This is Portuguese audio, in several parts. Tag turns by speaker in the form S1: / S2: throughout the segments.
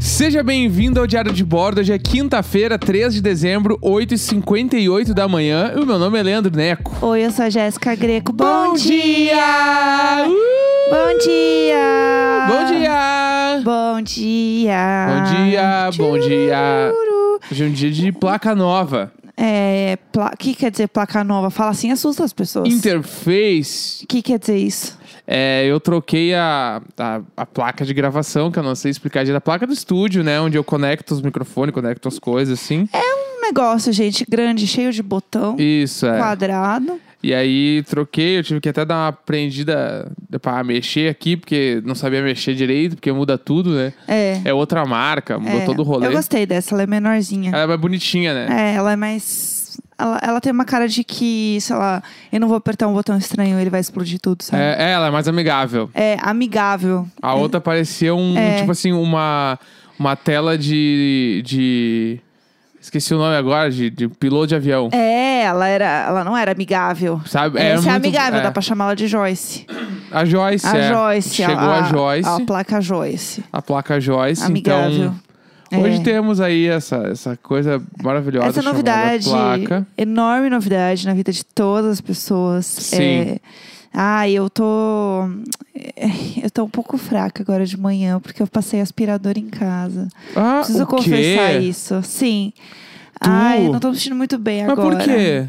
S1: Seja bem-vindo ao Diário de Bordo. Hoje é quinta-feira, 3 de dezembro, 8h58 da manhã. E o meu nome é Leandro Neco.
S2: Oi, eu sou a Jéssica Greco. Bom,
S1: dia! Uh!
S2: Bom dia!
S1: Bom dia!
S2: Bom dia!
S1: Bom dia, bom dia.
S2: Tchururu.
S1: Hoje é um dia de placa nova.
S2: É, pla... que quer dizer placa nova? Fala assim, assusta as pessoas.
S1: Interface.
S2: que quer dizer isso?
S1: É, eu troquei a, a, a placa de gravação, que eu não sei explicar direito. A placa do estúdio, né? Onde eu conecto os microfones, conecto as coisas, assim.
S2: Um negócio, gente, grande, cheio de botão,
S1: Isso, é.
S2: quadrado.
S1: E aí troquei, eu tive que até dar uma aprendida pra mexer aqui, porque não sabia mexer direito, porque muda tudo, né?
S2: É.
S1: É outra marca, mudou
S2: é.
S1: todo o rolê.
S2: Eu gostei dessa, ela é menorzinha.
S1: Ela é mais bonitinha, né?
S2: É, ela é mais. Ela, ela tem uma cara de que, sei lá, eu não vou apertar um botão estranho, ele vai explodir tudo, sabe?
S1: É, é, ela é mais amigável.
S2: É, amigável.
S1: A outra parecia um,
S2: É.
S1: tipo assim, uma, uma tela de, de. Esqueci o nome agora, de, de piloto de avião.
S2: É, ela era. Ela não era amigável.
S1: Sabe?
S2: Essa é
S1: muito-
S2: amigável,
S1: é.
S2: dá pra chamá-la de Joyce.
S1: A Joyce.
S2: A
S1: é.
S2: Joyce.
S1: Chegou a, Joyce,
S2: A placa Joyce.
S1: a placa Joyce.
S2: Amigável.
S1: Então, hoje
S2: É.
S1: temos aí essa, essa coisa maravilhosa
S2: Essa
S1: chamada
S2: novidade,
S1: né, placa.
S2: enorme novidade na vida de todas as pessoas.
S1: Sim.
S2: É, Ah, eu tô. Eu tô um pouco fraca agora de manhã, porque eu passei aspirador em casa.
S1: Ah,
S2: Preciso
S1: o quê?
S2: confessar isso. Sim.
S1: Tu?
S2: Ai, eu não tô me sentindo muito bem
S1: Mas
S2: agora.
S1: por quê?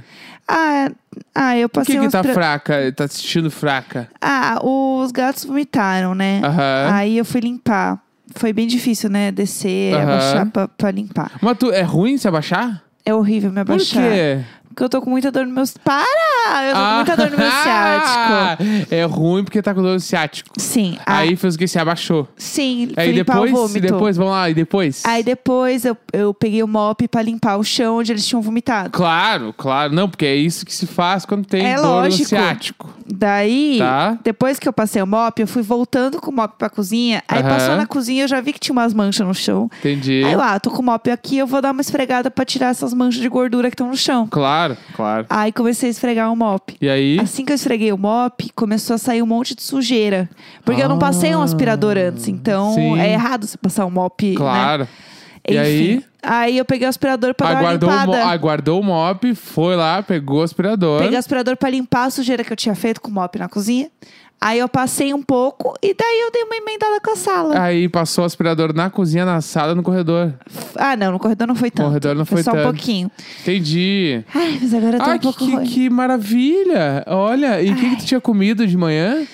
S2: Ah, ah eu
S1: Por
S2: passei
S1: que, que
S2: um
S1: tá
S2: aspira-
S1: fraca? Tá assistindo fraca?
S2: Ah, os gatos vomitaram, né?
S1: Aham.
S2: Aí eu fui limpar. Foi bem difícil, né? Descer,
S1: Aham.
S2: abaixar pra, pra limpar.
S1: Mas tu, é ruim se abaixar?
S2: É horrível me
S1: Por
S2: abaixar.
S1: quê?
S2: Porque eu tô com muita dor no meu. Para! Eu tô com
S1: Ah,
S2: muita dor no meu ciático.
S1: É ruim porque tá com dor no ciático.
S2: Sim.
S1: Aí fez o que? Se abaixou.
S2: sim, fui
S1: Aí
S2: limpar o
S1: depois, e
S2: vômito.
S1: depois, vamos lá, e depois?
S2: Aí depois eu, eu peguei o mop pra limpar o chão onde eles tinham vomitado.
S1: Claro, claro. Não, porque é isso que se faz quando tem
S2: É
S1: dor no
S2: lógico.
S1: ciático.
S2: Daí,
S1: Tá.
S2: depois que eu passei o mop, eu fui voltando com o mop pra cozinha. Aí
S1: Aham.
S2: passou na cozinha, eu já vi que tinha umas manchas no chão.
S1: Entendi.
S2: Aí eu, ah, tô com o mop aqui, eu vou dar uma esfregada pra tirar essas manchas de gordura que estão no chão.
S1: Claro, claro.
S2: Aí comecei a esfregar o mop.
S1: E aí?
S2: Ah, Assim que eu esfreguei o mop, começou a sair um monte de sujeira. Porque eu não passei um
S1: Ah,
S2: aspirador antes, então
S1: sim.
S2: é errado você passar um mop, né?
S1: claro. E
S2: Enfim, aí eu peguei o aspirador pra
S1: Aguardou,
S2: dar
S1: o
S2: uma
S1: mo-
S2: limpada.
S1: aguardou o mop, foi lá, pegou o aspirador.
S2: Peguei o aspirador pra limpar a sujeira que eu tinha feito com o mop na cozinha. Aí eu passei um pouco e daí eu dei uma emendada com a sala.
S1: Aí passou o aspirador na cozinha, na sala, no corredor.
S2: Ah, não, no corredor não foi tanto.
S1: corredor não foi
S2: só
S1: tanto.
S2: um pouquinho.
S1: Entendi.
S2: Ai, mas agora eu tô
S1: ah,
S2: um
S1: que,
S2: pouco
S1: que,
S2: ruim.
S1: que maravilha! Olha, e o que, que tu tinha comido de manhã?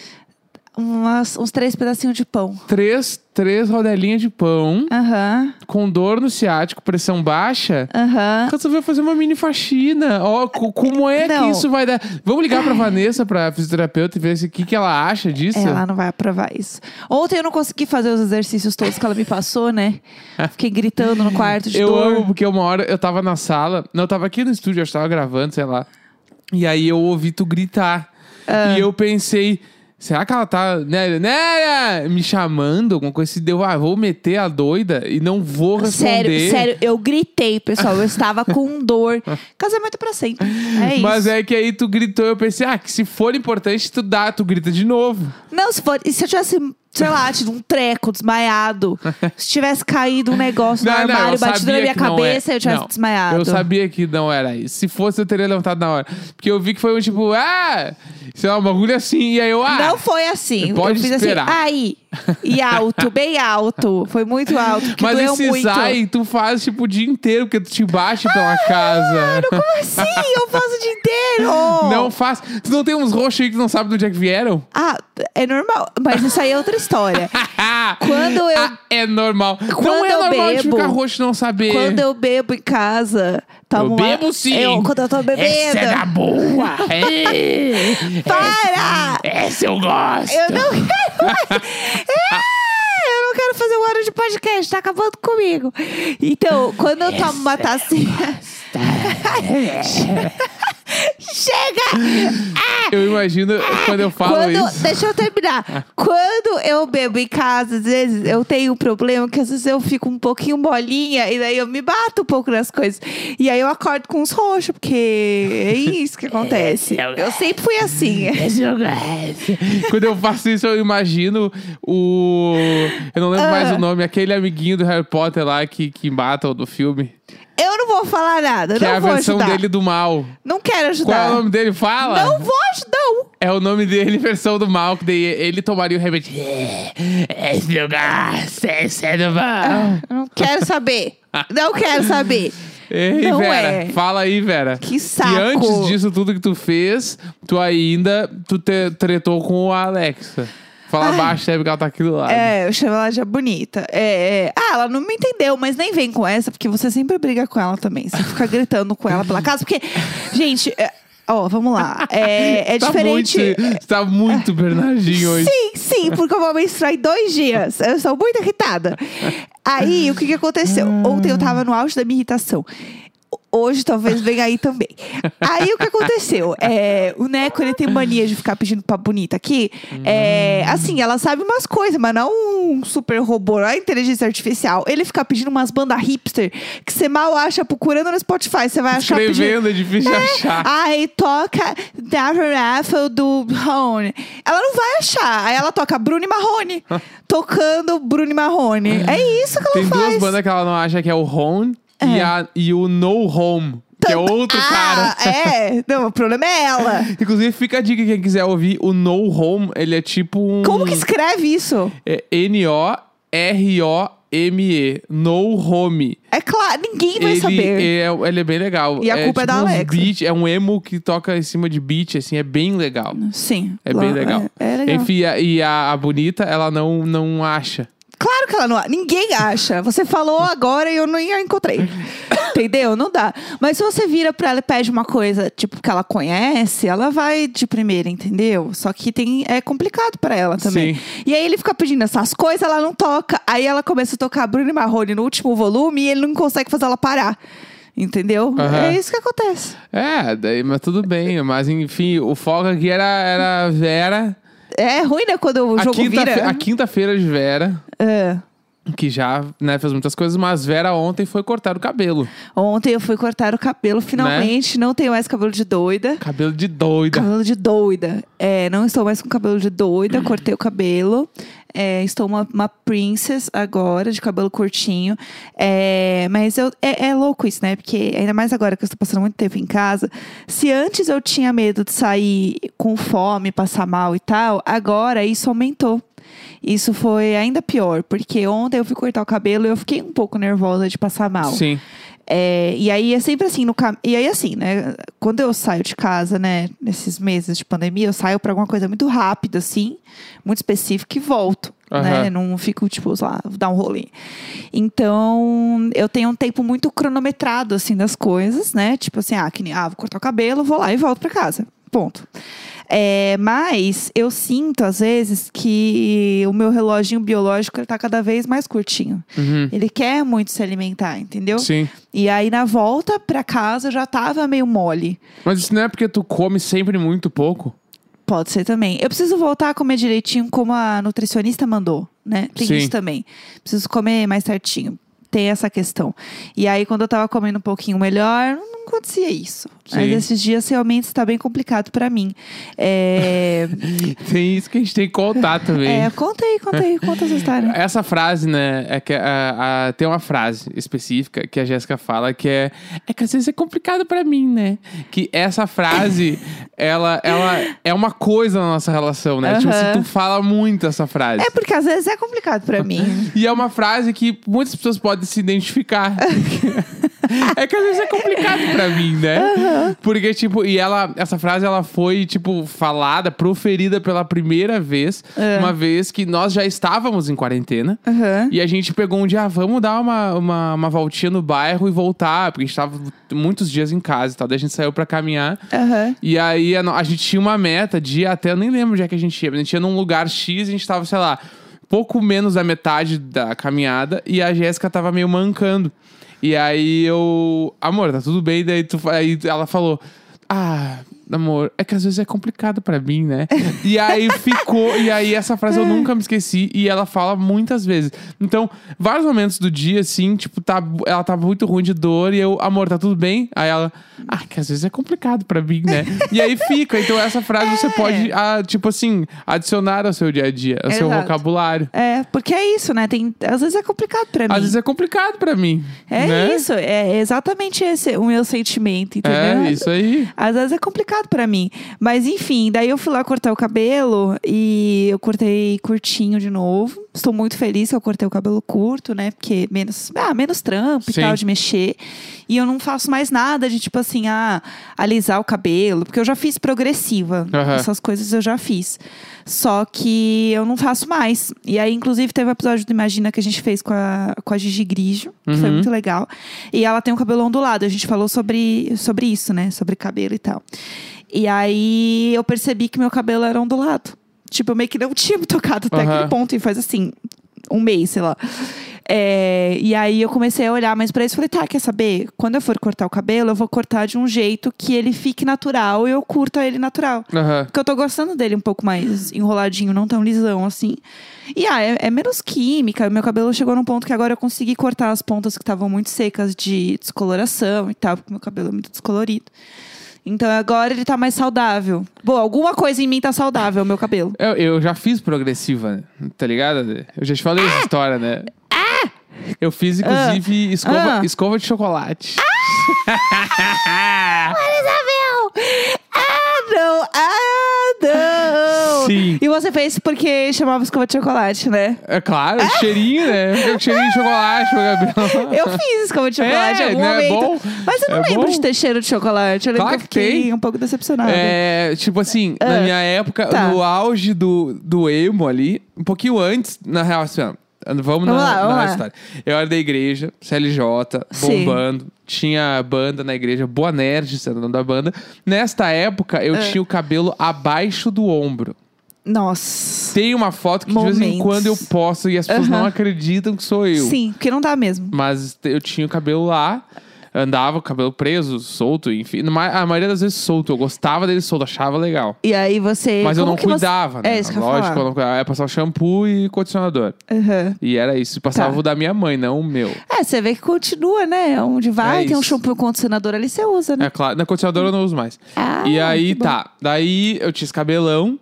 S2: Umas- uns três pedacinhos de pão.
S1: Três, três rodelinhas de pão,
S2: Aham,
S1: com dor no ciático, pressão baixa.
S2: aham.
S1: Resolveu fazer uma mini faxina. Ó, co- como é
S2: Não.
S1: que isso vai dar? Vamos ligar pra Vanessa, pra fisioterapeuta, e ver se- o que, que ela acha disso.
S2: É, Ela não vai aprovar isso. Ontem eu não consegui fazer os exercícios todos que ela me passou, né? Fiquei gritando no quarto de
S1: Eu
S2: dor.
S1: amo, porque uma hora eu tava na sala. Não, eu tava aqui no estúdio, eu acho que tava gravando, sei lá. E aí eu ouvi tu gritar.
S2: Ah.
S1: E eu pensei. Será que ela tá, né, né, me chamando, alguma coisa? Se deu, ah, vou meter a doida e não vou responder.
S2: Sério, sério, eu gritei, pessoal. Eu estava com dor. Casamento pra sempre. É isso.
S1: Mas é que aí tu gritou, eu pensei, ah, que se for importante, tu dá, tu grita de novo.
S2: Não, se for. E se eu tivesse, sei lá, tido um treco, desmaiado? Se tivesse caído um negócio no
S1: Não, não, eu
S2: armário, batido na
S1: sabia
S2: minha
S1: que não
S2: cabeça,
S1: é.
S2: eu tivesse
S1: Não,
S2: desmaiado.
S1: Eu sabia que não era isso. Se fosse, eu teria levantado na hora. Porque eu vi que foi um tipo, ah, sei lá, um bagulho assim. E aí eu, ah,
S2: Não foi assim.
S1: Pode
S2: eu fiz
S1: esperar.
S2: assim, aí. E alto, bem alto. Foi muito alto, porque
S1: Mas
S2: doeu
S1: esse
S2: muito. Ah,
S1: sai, tu faz tipo o dia inteiro, porque tu te baixa pela casa.
S2: Mano, como assim? Eu faço o dia inteiro!
S1: Não faz. Tu não tem uns roxos aí que tu não sabe do dia que vieram?
S2: Ah, é normal. Mas isso aí é outra história. Quando eu-
S1: Ah, é normal. não
S2: Quando
S1: é
S2: eu
S1: normal de
S2: bebo-
S1: ficar roxo e não saber.
S2: Quando eu bebo em
S1: É.
S2: casa,
S1: Eu
S2: tomo uma-
S1: bebo sim.
S2: Eu, quando eu tô bebendo.
S1: Essa é da boa. É.
S2: Para!
S1: Essa eu gosto.
S2: Eu não quero mais. É, Eu não quero fazer um ano de podcast, tá acabando comigo. Então, quando eu tomo
S1: é
S2: uma tacinha. Chega!
S1: Eu imagino quando eu falo
S2: Quando,
S1: isso.
S2: deixa eu terminar. Quando eu bebo em casa, às vezes eu tenho um problema que às vezes eu fico um pouquinho bolinha e daí eu me bato um pouco nas coisas. E aí eu acordo com os roxos, porque é isso que acontece. Eu sempre fui assim.
S1: Quando eu faço isso, eu imagino o. Eu não lembro
S2: Ah.
S1: mais o nome, aquele amiguinho do Harry Potter lá que, que mata o do filme.
S2: Eu não vou falar nada,
S1: Que é
S2: não
S1: a
S2: vou
S1: versão
S2: ajudar.
S1: dele do mal.
S2: Não quero
S1: Qual é
S2: ajudar.
S1: o nome dele? Fala!
S2: Não vou ajudar.
S1: É o nome dele, versão do mal, que daí ele tomaria o remédio. Esse lugar, esse é do mal.
S2: Eu Não quero saber. Não quero saber.
S1: Ei,
S2: Não
S1: Vera,
S2: é.
S1: fala aí, Vera.
S2: Que saco.
S1: E antes disso tudo que tu fez, tu ainda tu te, tretou com a Alexa. Fala
S2: Ai.
S1: baixo, né, porque ela tá aqui do lado.
S2: É, eu chamo ela de a bonita. É, é. Ah, ela não me entendeu, mas nem vem com essa, porque você sempre briga com ela também. Você fica gritando com ela pela casa, porque, gente, é, ó, vamos lá. É, é
S1: tá
S2: diferente. Ah.
S1: Muito, tá muito Bernardinho hoje.
S2: Sim, sim, porque eu vou menstruar em dois dias. Eu sou muito irritada. Aí, o que, que aconteceu? Ontem eu tava no auge da minha irritação. Hoje talvez venha aí também. Aí o que aconteceu? É, o Neco, ele tem mania de ficar pedindo pra bonita aqui. É, assim, ela sabe umas coisas, mas não um super robô, não é inteligência artificial. Ele fica pedindo umas bandas hipster que você mal acha procurando no Spotify. Você vai achar pedindo.
S1: Escrevendo é difícil achar.
S2: Aí toca Darren Raffel do Rony. Ela não vai achar. Aí ela toca Bruno e Marrone. tocando Bruno e Marrone. É isso que ela
S1: Tem
S2: faz.
S1: duas bandas que ela não acha que é o Home e, a- e o No Home, que é outro
S2: ah,
S1: cara.
S2: é. Não, o problema é ela.
S1: Inclusive, fica a dica, quem quiser ouvir, o No Home, ele é tipo um...
S2: Como que escreve isso?
S1: É N-O-R-O-M-E. No Home.
S2: É claro, ninguém vai
S1: ele,
S2: saber.
S1: É, ele é bem legal.
S2: E a culpa é da
S1: uns
S2: Alexa.
S1: Beat, é um emo que toca em cima de beat, assim, é bem legal.
S2: Sim.
S1: É bem
S2: Lá-
S1: legal.
S2: É, é legal.
S1: Enfim, a- e a, a bonita, ela não, não acha.
S2: Claro que ela não. Ninguém acha. Você falou agora e eu não a encontrei. Entendeu? Não dá. Mas se você vira pra ela e pede uma coisa, tipo, que ela conhece, ela vai de primeira, entendeu? Só que tem, é complicado pra ela também.
S1: Sim.
S2: E aí ele fica pedindo essas coisas, ela não toca. Aí ela começa a tocar Bruno e Marrone no último volume e ele não consegue fazer ela parar. Entendeu?
S1: Aham.
S2: É isso que acontece.
S1: É, daí, mas tudo bem. Mas enfim, o foco aqui era, era a Vera.
S2: É ruim, né? Quando o
S1: a
S2: jogo
S1: quinta-
S2: vira. né?
S1: a quinta-feira de Vera,
S2: É.
S1: que já né, fez muitas coisas, mas Vera ontem foi cortar o cabelo.
S2: Ontem eu fui cortar o cabelo, finalmente.
S1: Né?
S2: Não tenho mais cabelo de doida.
S1: Cabelo de doida.
S2: Cabelo de doida. É, não estou mais com cabelo de doida, cortei o cabelo. É, estou uma, uma princess agora, de cabelo curtinho. É, mas eu, é, é louco isso, né? Porque ainda mais agora que eu estou passando muito tempo em casa. Se antes eu tinha medo de sair com fome, passar mal e tal, agora isso aumentou. Isso foi ainda pior, porque ontem eu fui cortar o cabelo e eu fiquei um pouco nervosa de passar mal.
S1: Sim.
S2: É, e aí é sempre assim, no cam... e aí assim, né? Quando eu saio de casa, né? Nesses meses de pandemia, eu saio pra alguma coisa muito rápida, assim, muito específica e volto.
S1: Aham.
S2: Né? Não fico, tipo, sei lá, vou dar um rolê. Então, eu tenho um tempo muito cronometrado, assim, das coisas, né? Tipo assim, ah, que nem, ah, vou cortar o cabelo, vou lá e volto pra casa. Ponto. É, mas eu sinto, às vezes, que o meu reloginho biológico ele tá cada vez mais curtinho.
S1: Uhum.
S2: Ele quer muito se alimentar, entendeu?
S1: Sim.
S2: E aí, na volta pra casa, eu já tava meio mole.
S1: Mas isso não é porque tu come sempre muito pouco?
S2: Pode ser também. Eu preciso voltar a comer direitinho, como a nutricionista mandou, né? Tem
S1: Sim.
S2: isso também. Preciso comer mais certinho. Tem essa questão. E aí, quando eu tava comendo um pouquinho melhor, não acontecia isso. Mas
S1: Sim.
S2: esses dias, realmente, está bem complicado pra mim. É...
S1: Tem isso que a gente tem que contar também.
S2: é, conta aí, conta aí, conta essa história.
S1: Essa frase, né? É que, a- a- tem uma frase específica que a Jéssica fala que é. É que às vezes é complicado pra mim, né? Que essa frase, ela, ela é uma coisa na nossa relação, né? Tipo,
S2: Aham.
S1: assim, tu fala muito essa frase.
S2: É porque às vezes é complicado pra mim.
S1: E é uma frase que muitas pessoas podem se identificar. é que às vezes é complicado pra mim, né? Porque, tipo, e ela, essa frase, ela foi, tipo, falada, proferida pela primeira vez, uma vez que nós já estávamos em quarentena.
S2: Aham.
S1: E a gente pegou um dia, ah, vamos dar uma, uma, uma voltinha no bairro e voltar, porque a gente tava muitos dias em casa e tal. Daí a gente saiu pra caminhar.
S2: Aham.
S1: E aí a, no- a gente tinha uma meta de ir até, eu nem lembro onde é que a gente ia, mas a gente ia num lugar X e a gente tava, sei lá, pouco menos da metade da caminhada e a Jéssica tava meio mancando. E aí eu, amor, tá tudo bem? Daí tu, fa- aí ela falou, ah, amor, é que às vezes é complicado pra mim, né? E aí ficou, e aí essa frase
S2: É.
S1: eu nunca me esqueci, e ela fala muitas vezes. Então, vários momentos do dia, assim, tipo, tá, ela tá muito ruim de dor, e eu, amor, tá tudo bem? Aí ela, ah, que às vezes é complicado pra mim, né? E aí fica, então essa frase
S2: É.
S1: você pode, ah, tipo assim, adicionar ao seu dia a dia, ao seu
S2: Exato.
S1: vocabulário.
S2: É, porque é isso, né? Tem, às vezes é complicado pra mim.
S1: Às vezes é complicado pra mim.
S2: É
S1: né?
S2: isso, é exatamente esse o meu sentimento, entendeu?
S1: É isso aí.
S2: Às vezes é complicado pra mim. Mas enfim, daí eu fui lá cortar o cabelo e eu cortei curtinho de novo. Estou muito feliz que eu cortei o cabelo curto, né? Porque menos, ah, menos trampo e
S1: Sim.
S2: tal de mexer. E eu não faço mais nada de tipo assim, ah, alisar o cabelo, porque eu já fiz progressiva.
S1: Aham.
S2: Essas coisas eu já fiz. Só que eu não faço mais. E aí, inclusive, teve o episódio do Imagina que a gente fez com a, com a Gigi Grigio, que foi
S1: Uhum.
S2: muito legal. E ela tem um cabelo ondulado. A gente falou sobre, sobre isso, né? Sobre cabelo e tal. E aí eu percebi que meu cabelo era ondulado. Tipo, eu meio que não tinha me tocado até
S1: Aham.
S2: aquele ponto. E faz assim, um mês, sei lá. É, e aí eu comecei a olhar mais pra isso e falei, tá, quer saber? Quando eu for cortar o cabelo, eu vou cortar de um jeito que ele fique natural e eu curta ele natural.
S1: Aham.
S2: Porque eu tô gostando dele um pouco mais enroladinho, não tão lisão assim. E ah, é, é menos química. Meu cabelo chegou num ponto que agora eu consegui cortar as pontas que estavam muito secas de descoloração e tal, porque meu cabelo é muito descolorido. Então agora ele tá mais saudável. Bom, alguma coisa em mim tá saudável, meu cabelo.
S1: Eu, eu já fiz progressiva, tá ligado? Adê? Eu já te falei essa história, né? Eu fiz, inclusive, escova,
S2: Ah!
S1: escova de chocolate.
S2: Isabel! Ah, não! Ah, não!
S1: Sim.
S2: E você fez porque chamava escova de chocolate, né?
S1: É claro, cheirinho, né? Fica com Cheirinho de chocolate, meu cabelo.
S2: Eu fiz escova de chocolate
S1: É,
S2: em algum
S1: né? É
S2: momento.
S1: bom.
S2: Mas eu não
S1: É
S2: lembro
S1: bom.
S2: de ter cheiro de chocolate. Eu lembro
S1: Claro
S2: que eu fiquei
S1: que tem.
S2: um pouco decepcionada.
S1: É, tipo assim,
S2: Ah,
S1: na minha época,
S2: tá.
S1: no auge do, do emo ali, um pouquinho antes, na real, assim, ó, vamos, na,
S2: Vamos lá,
S1: na
S2: vamos lá.
S1: história. Eu era da igreja, CLJ,
S2: Sim.
S1: bombando. Tinha banda na igreja, Boa Nerd, sendo o nome da banda. Nesta época,
S2: Ah.
S1: eu tinha o cabelo abaixo do ombro.
S2: Nossa.
S1: Tem uma foto que de vez em
S2: Momentos.
S1: quando eu posto e as pessoas
S2: Aham.
S1: não acreditam que sou eu.
S2: Sim, porque não dá mesmo.
S1: Mas te- eu tinha o cabelo lá, andava com o cabelo preso, solto, enfim. Ma- A maioria das vezes solto. Eu gostava dele solto, achava legal.
S2: E aí você.
S1: Mas eu
S2: É, como
S1: não
S2: que você-
S1: cuidava, né?
S2: É isso que eu ia
S1: Lógico,
S2: falar.
S1: eu não cuidava. Era passar shampoo e condicionador.
S2: Aham.
S1: E era isso. Passava
S2: Tá.
S1: o da minha mãe, não o meu.
S2: É, você vê que continua, né? Onde vai,
S1: É
S2: tem um
S1: isso.
S2: shampoo condicionador ali, você usa, né?
S1: É claro, na condicionador eu não uso mais.
S2: Ah,
S1: e aí
S2: que bom.
S1: tá. Daí eu tinha esse cabelão.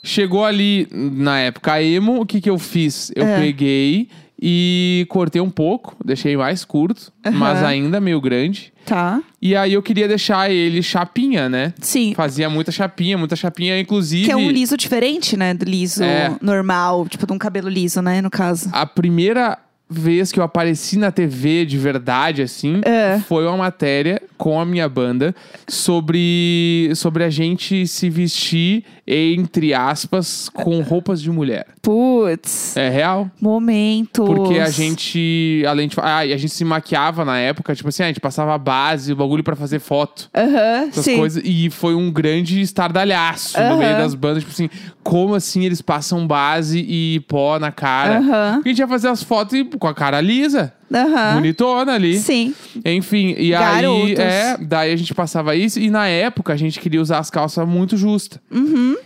S1: Chegou ali, na época emo, o que que eu fiz? Eu
S2: É.
S1: peguei e cortei um pouco, deixei mais curto, mas
S2: Aham.
S1: ainda meio grande.
S2: Tá.
S1: E aí eu queria deixar ele chapinha, né?
S2: Sim.
S1: Fazia muita chapinha, muita chapinha, inclusive.
S2: Que é um liso diferente, né? Do liso
S1: É.
S2: normal, tipo de um cabelo liso, né? No caso.
S1: A primeira vez que eu apareci na TV de verdade, assim,
S2: É.
S1: foi uma matéria com a minha banda sobre, sobre a gente se vestir, entre aspas, com roupas de mulher.
S2: Putz.
S1: É real?
S2: Momentos.
S1: Porque a gente, além de. Ah, e a gente se maquiava na época, tipo assim, a gente passava base, o bagulho pra fazer foto.
S2: Aham,
S1: essas
S2: sim.
S1: coisas. E foi um grande estardalhaço no
S2: Aham.
S1: meio das bandas. Tipo assim, como assim eles passam base e pó na cara?
S2: Aham.
S1: Porque a gente ia fazer as fotos e- com a cara lisa,
S2: Aham.
S1: bonitona ali.
S2: Sim.
S1: Enfim, e aí.
S2: Garotos.
S1: É, daí a gente passava isso. E na época a gente queria usar as calças muito justas.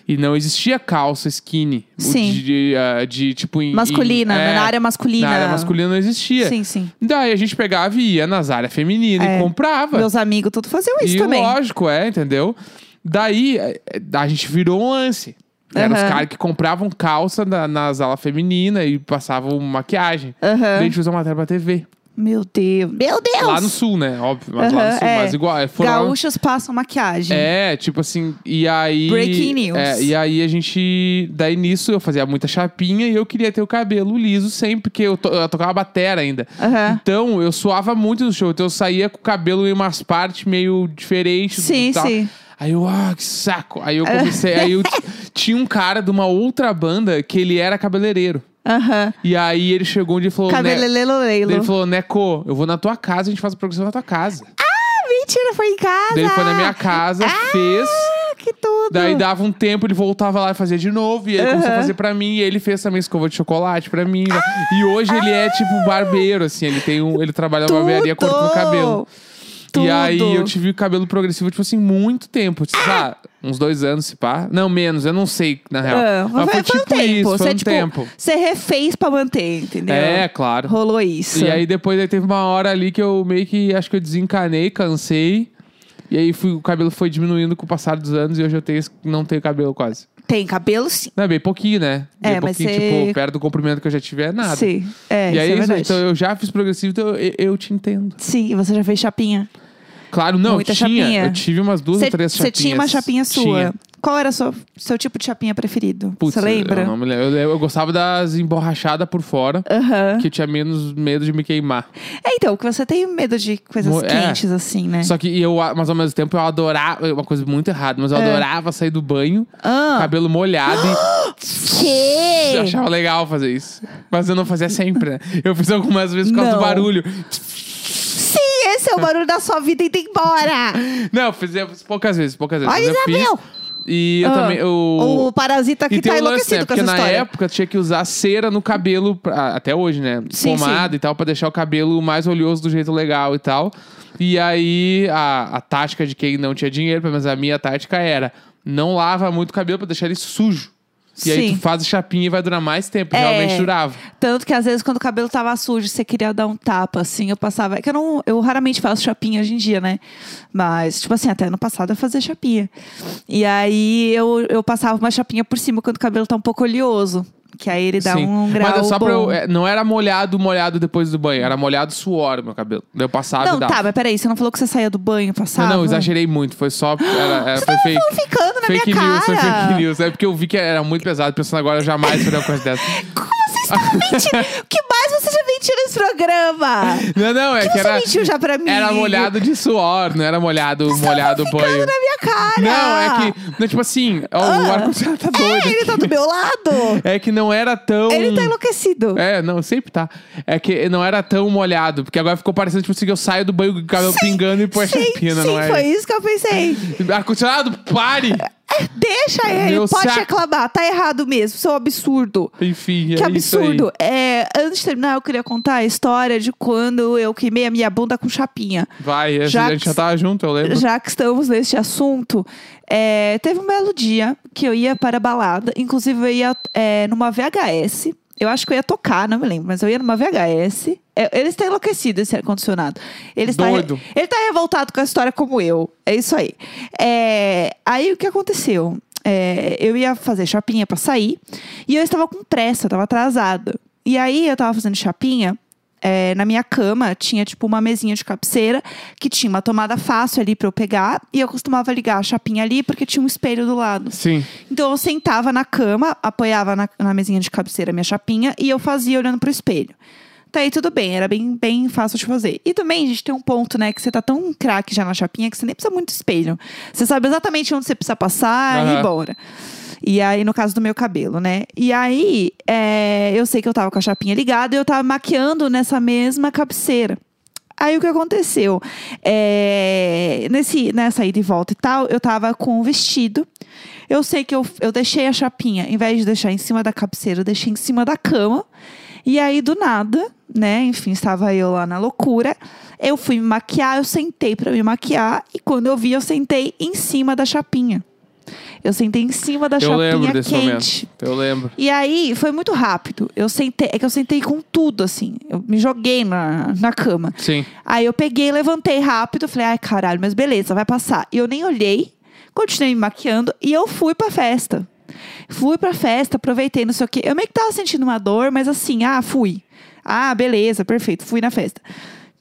S1: E não existia calça skinny. o
S2: Uhum. Sim.
S1: De, de, ah, de, tipo. Em,
S2: Masculina,
S1: em-
S2: né?
S1: é,
S2: na área masculina.
S1: Na área masculina não existia.
S2: Sim, sim.
S1: Daí a gente pegava e ia nas áreas femininas
S2: É.
S1: e comprava.
S2: Meus amigos todos faziam isso
S1: E
S2: também.
S1: lógico, é, entendeu? Daí, eh, a gente virou um lance. Eram os
S2: Aham.
S1: caras que compravam calça na, nas alas femininas e passavam maquiagem.
S2: Aham.
S1: Daí a gente usou matéria pra TV.
S2: Meu Deus. Meu Deus!
S1: Lá no sul, né? Óbvio, mas lá
S2: Aham,
S1: no sul.
S2: é.
S1: Mas igual. Foram,
S2: Gaúchos passam maquiagem.
S1: É, tipo assim, e aí.
S2: Breaking news.
S1: É, e aí a gente. Daí nisso eu fazia muita chapinha e eu queria ter o cabelo liso sempre, porque eu, to- eu tocava batera ainda.
S2: Aham.
S1: Então, eu suava muito no show. Então, eu saía com o cabelo em umas partes meio diferentes.
S2: Sim,
S1: e tal.
S2: sim.
S1: Aí eu, ah, que saco. Aí eu comecei. aí eu t- tinha um cara de uma outra banda que ele era cabeleireiro.
S2: Aham.
S1: E aí ele chegou um dia e falou. né,
S2: Cabelelelo leilo.
S1: Daí ele falou, Neco, eu vou na tua casa, a gente faz a progressão na tua casa.
S2: Ah, Mentira, foi em casa.
S1: Daí ele foi na minha casa, fez.
S2: Ah, que tudo.
S1: Daí dava um tempo, ele voltava lá e fazia de novo. E ele começou a fazer pra mim. E ele fez também escova de chocolate pra mim. né? E hoje ele é tipo barbeiro, assim. Ele tem um. Ele trabalha na barbearia
S2: Tudo.
S1: cortando cabelo.
S2: Tudo.
S1: E aí eu tive o cabelo progressivo, tipo assim, muito tempo. Sei lá, uns dois anos, se pá. Não, menos, eu não sei, na real.
S2: Ah,
S1: Mas foi,
S2: foi, foi um
S1: tipo
S2: tempo.
S1: isso,
S2: você,
S1: foi um
S2: tipo,
S1: tempo.
S2: Você refez pra manter, entendeu?
S1: É, claro.
S2: Rolou isso.
S1: E aí depois aí teve uma hora ali que eu meio que acho que eu desencanei, cansei. E aí fui- o cabelo foi diminuindo com o passar dos anos e hoje eu tenho, esse- não tenho cabelo quase.
S2: Tem cabelo, sim.
S1: Não, é bem pouquinho, né? Bem
S2: É, mas
S1: pouquinho,
S2: você-
S1: tipo, perto do comprimento que eu já tive é nada.
S2: Sim. É,
S1: e aí,
S2: isso é
S1: isso,
S2: verdade.
S1: então eu já fiz progressivo, então eu, eu te entendo.
S2: Sim, e você já fez chapinha?
S1: Claro, não,
S2: Muita
S1: tinha.
S2: chapinha.
S1: Eu tive umas duas ou três chapinhas.
S2: tinha uma chapinha sua.
S1: Tinha.
S2: Qual era seu, seu tipo de chapinha preferido?
S1: Putz,
S2: Você lembra?
S1: Eu, não me lembro. Eu, lembro- eu gostava das emborrachadas por fora,
S2: Aham.
S1: que eu tinha menos medo de me queimar.
S2: É, então, que você tem medo de coisas
S1: Mo- é.
S2: quentes, assim, né?
S1: Só que eu, mas ao mesmo tempo, eu adorava. Uma coisa muito errada, mas eu adorava sair do banho,
S2: É. Ah,
S1: cabelo molhado e. Eu
S2: que?
S1: achava legal fazer isso. Mas eu não fazia sempre, né? Eu fiz algumas vezes por causa
S2: Não.
S1: do barulho.
S2: Sim, esse é o barulho da sua vida e indo embora!
S1: Não, eu fiz, eu fiz poucas vezes, poucas vezes.
S2: Olha,
S1: Mas eu
S2: Isabel!
S1: fiz. E eu
S2: Ah,
S1: também. Eu...
S2: O parasita aqui
S1: E tem
S2: tá
S1: um lance,
S2: enlouquecido
S1: né?
S2: com
S1: Porque
S2: essa
S1: na
S2: história.
S1: época tinha que usar cera no cabelo, pra- até hoje, né?
S2: Sim,
S1: Pomada e tal, pra deixar o cabelo mais oleoso do jeito legal e tal. E aí, a, a tática de quem não tinha dinheiro, pelo menos a minha tática era: não lava muito o cabelo pra deixar ele sujo. E aí
S2: Sim.
S1: tu faz a chapinha e vai durar mais tempo.
S2: É.
S1: Realmente durava.
S2: Tanto que às vezes quando o cabelo tava sujo, você queria dar um tapa, assim, eu passava. Que eu não. Eu raramente faço chapinha hoje em dia, né? Mas, tipo assim, até ano passado eu fazia chapinha. E aí eu, eu passava uma chapinha por cima quando o cabelo tá um pouco oleoso. Que aí ele dá
S1: Sim.
S2: um grau.
S1: Mas é só
S2: bom.
S1: pra eu. é, Não era molhado, molhado depois do banho. Era molhado suor o meu cabelo. Deu passado
S2: Não,
S1: e dava.
S2: tá, mas peraí, você não falou que você saía do banho,
S1: Não,
S2: passava?
S1: não, exagerei muito. Foi só. Era, era, foi fake.
S2: Tão ficando na
S1: Fake
S2: minha
S1: news, foi
S2: cara.
S1: fake news. É porque eu vi que era muito pesado, pensando agora eu jamais faria uma coisa dessa.
S2: Como você estava mentindo? o que mais você já mentiu nesse programa?
S1: Não, não, é que,
S2: Você
S1: era.
S2: mentiu já pra mim.
S1: Era molhado de suor, não era molhado, molhado
S2: ficando
S1: banho.
S2: na minha cara. Ah.
S1: Não, é que. Não, tipo assim, ó, o ar-condicionado tá doido.
S2: É, ele tá do meu lado.
S1: É que não era tão.
S2: Ele tá enlouquecido.
S1: É, não, sempre tá. É que não era tão molhado, porque agora ficou parecendo, tipo assim, que eu saio do banho com o cabelo pingando e põe a
S2: sim,
S1: chapinha,
S2: sim,
S1: não é?
S2: foi isso que eu pensei.
S1: Ar-condicionado, pare!
S2: É, Deixa ele,
S1: Meu
S2: pode
S1: saco.
S2: reclamar, tá errado mesmo, isso é um absurdo.
S1: Enfim,
S2: que
S1: é isso aí.
S2: absurdo. É, antes de terminar, eu queria contar a história de quando eu queimei a minha bunda com chapinha.
S1: Vai, esse-
S2: Já
S1: a gente já tava junto, eu lembro.
S2: Já que estamos neste assunto, é, teve um belo dia que eu ia para a balada, inclusive eu ia é, numa VHS. Eu acho que eu ia tocar, não me lembro, mas eu ia numa VHS. É, ele está enlouquecido esse ar-condicionado. Ele está, re-
S1: Doido.
S2: ele está revoltado com a história como eu. É isso aí. É, aí o que aconteceu? É, eu ia fazer chapinha para sair e eu estava com pressa, eu estava atrasada. E aí eu estava fazendo chapinha é, na minha cama tinha, tipo, uma mesinha de cabeceira que tinha uma tomada fácil ali pra eu pegar. E eu costumava ligar a chapinha ali porque tinha um espelho do lado.
S1: Sim.
S2: Então eu sentava na cama, apoiava na, na mesinha de cabeceira a minha chapinha e eu fazia olhando pro espelho. Tá aí tudo bem, era bem, bem fácil de fazer. E também, gente, tem um ponto, né, que você tá tão craque já na chapinha que você nem precisa muito de espelho. Você sabe exatamente onde você precisa passar é e
S1: Aham.
S2: ir embora. E aí, no caso do meu cabelo, né? E aí, é, eu sei que eu tava com a chapinha ligada e eu tava maquiando nessa mesma cabeceira. Aí o que aconteceu? É, nesse, nessa ida e volta e tal, eu tava com um vestido. Eu sei que eu, eu deixei a chapinha, em vez de deixar em cima da cabeceira, eu deixei em cima da cama. E aí, do nada, né? Enfim, estava eu lá na loucura. Eu fui me maquiar, eu sentei pra me maquiar. E quando eu vi, eu sentei em cima da chapinha. Eu sentei em cima da
S1: Eu lembro
S2: chapinha
S1: desse
S2: quente.
S1: momento. Eu lembro.
S2: E aí, foi muito rápido. Eu sentei, é que eu sentei com tudo, assim. Eu me joguei na, na cama.
S1: Sim.
S2: Aí eu peguei, levantei rápido, falei, ai caralho, mas beleza, vai passar. E eu nem olhei, continuei me maquiando e eu fui pra festa. Fui pra festa, aproveitei, não sei o quê. Eu meio que tava sentindo uma dor, mas assim, ah, fui. Ah, beleza, perfeito, fui na festa.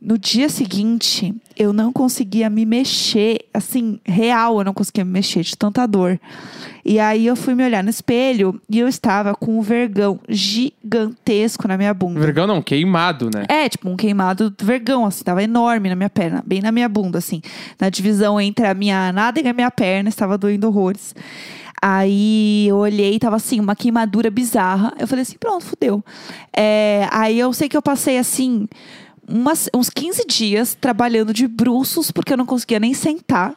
S2: No dia seguinte, eu não conseguia me mexer, assim, real, eu não conseguia me mexer de tanta dor. E aí eu fui me olhar no espelho e eu estava com um vergão gigantesco na minha bunda.
S1: Vergão não, queimado, né?
S2: É, tipo, um queimado vergão, assim, tava enorme na minha perna, bem na minha bunda, assim. Na divisão entre a minha nádega e a minha perna, estava doendo horrores. Aí eu olhei, tava assim, uma queimadura bizarra. Eu falei assim, pronto, fudeu. É, aí eu sei que eu passei assim. umas- uns 15 dias trabalhando de bruços, porque eu não conseguia nem sentar.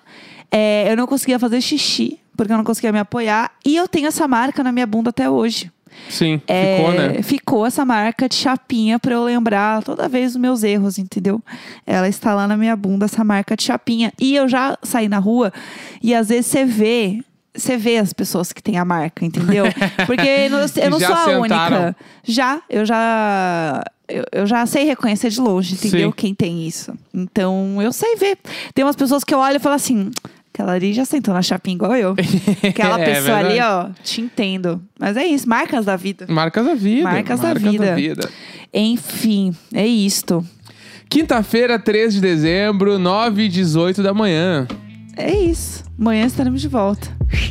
S2: É, eu não conseguia fazer xixi, porque eu não conseguia me apoiar. E eu tenho essa marca na minha bunda até hoje.
S1: Sim,
S2: É,
S1: ficou, né?
S2: ficou essa marca de chapinha pra eu lembrar toda vez dos meus erros, entendeu? Ela está lá na minha bunda, essa marca de chapinha. E eu já saí na rua e às vezes você vê. Você vê as pessoas que têm a marca, entendeu? Porque eu não- eu não
S1: Já
S2: sou a
S1: sentaram.
S2: única. Já, eu já. Eu, eu já sei reconhecer de longe, entendeu?
S1: Sim.
S2: Quem tem isso. Então, eu sei ver. Tem umas pessoas que eu olho e falo assim: aquela ali já sentou na chapinha igual eu. Aquela
S1: É
S2: pessoa ali,
S1: verdade.
S2: ó, te entendo. Mas é isso, marcas da vida.
S1: Marcas da vida.
S2: Marcas da vida. Enfim, é isto.
S1: Quinta-feira, 3 de dezembro, 9 e 18 da manhã.
S2: É isso. Amanhã estaremos de volta.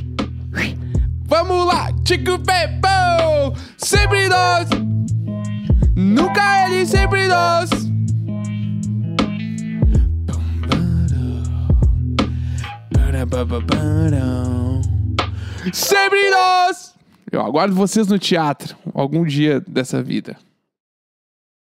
S1: Vamos lá, Tico Pepão! Sempre nós! Nunca ele, sempre nós! Sempre nós! Eu aguardo vocês no teatro, algum dia dessa vida.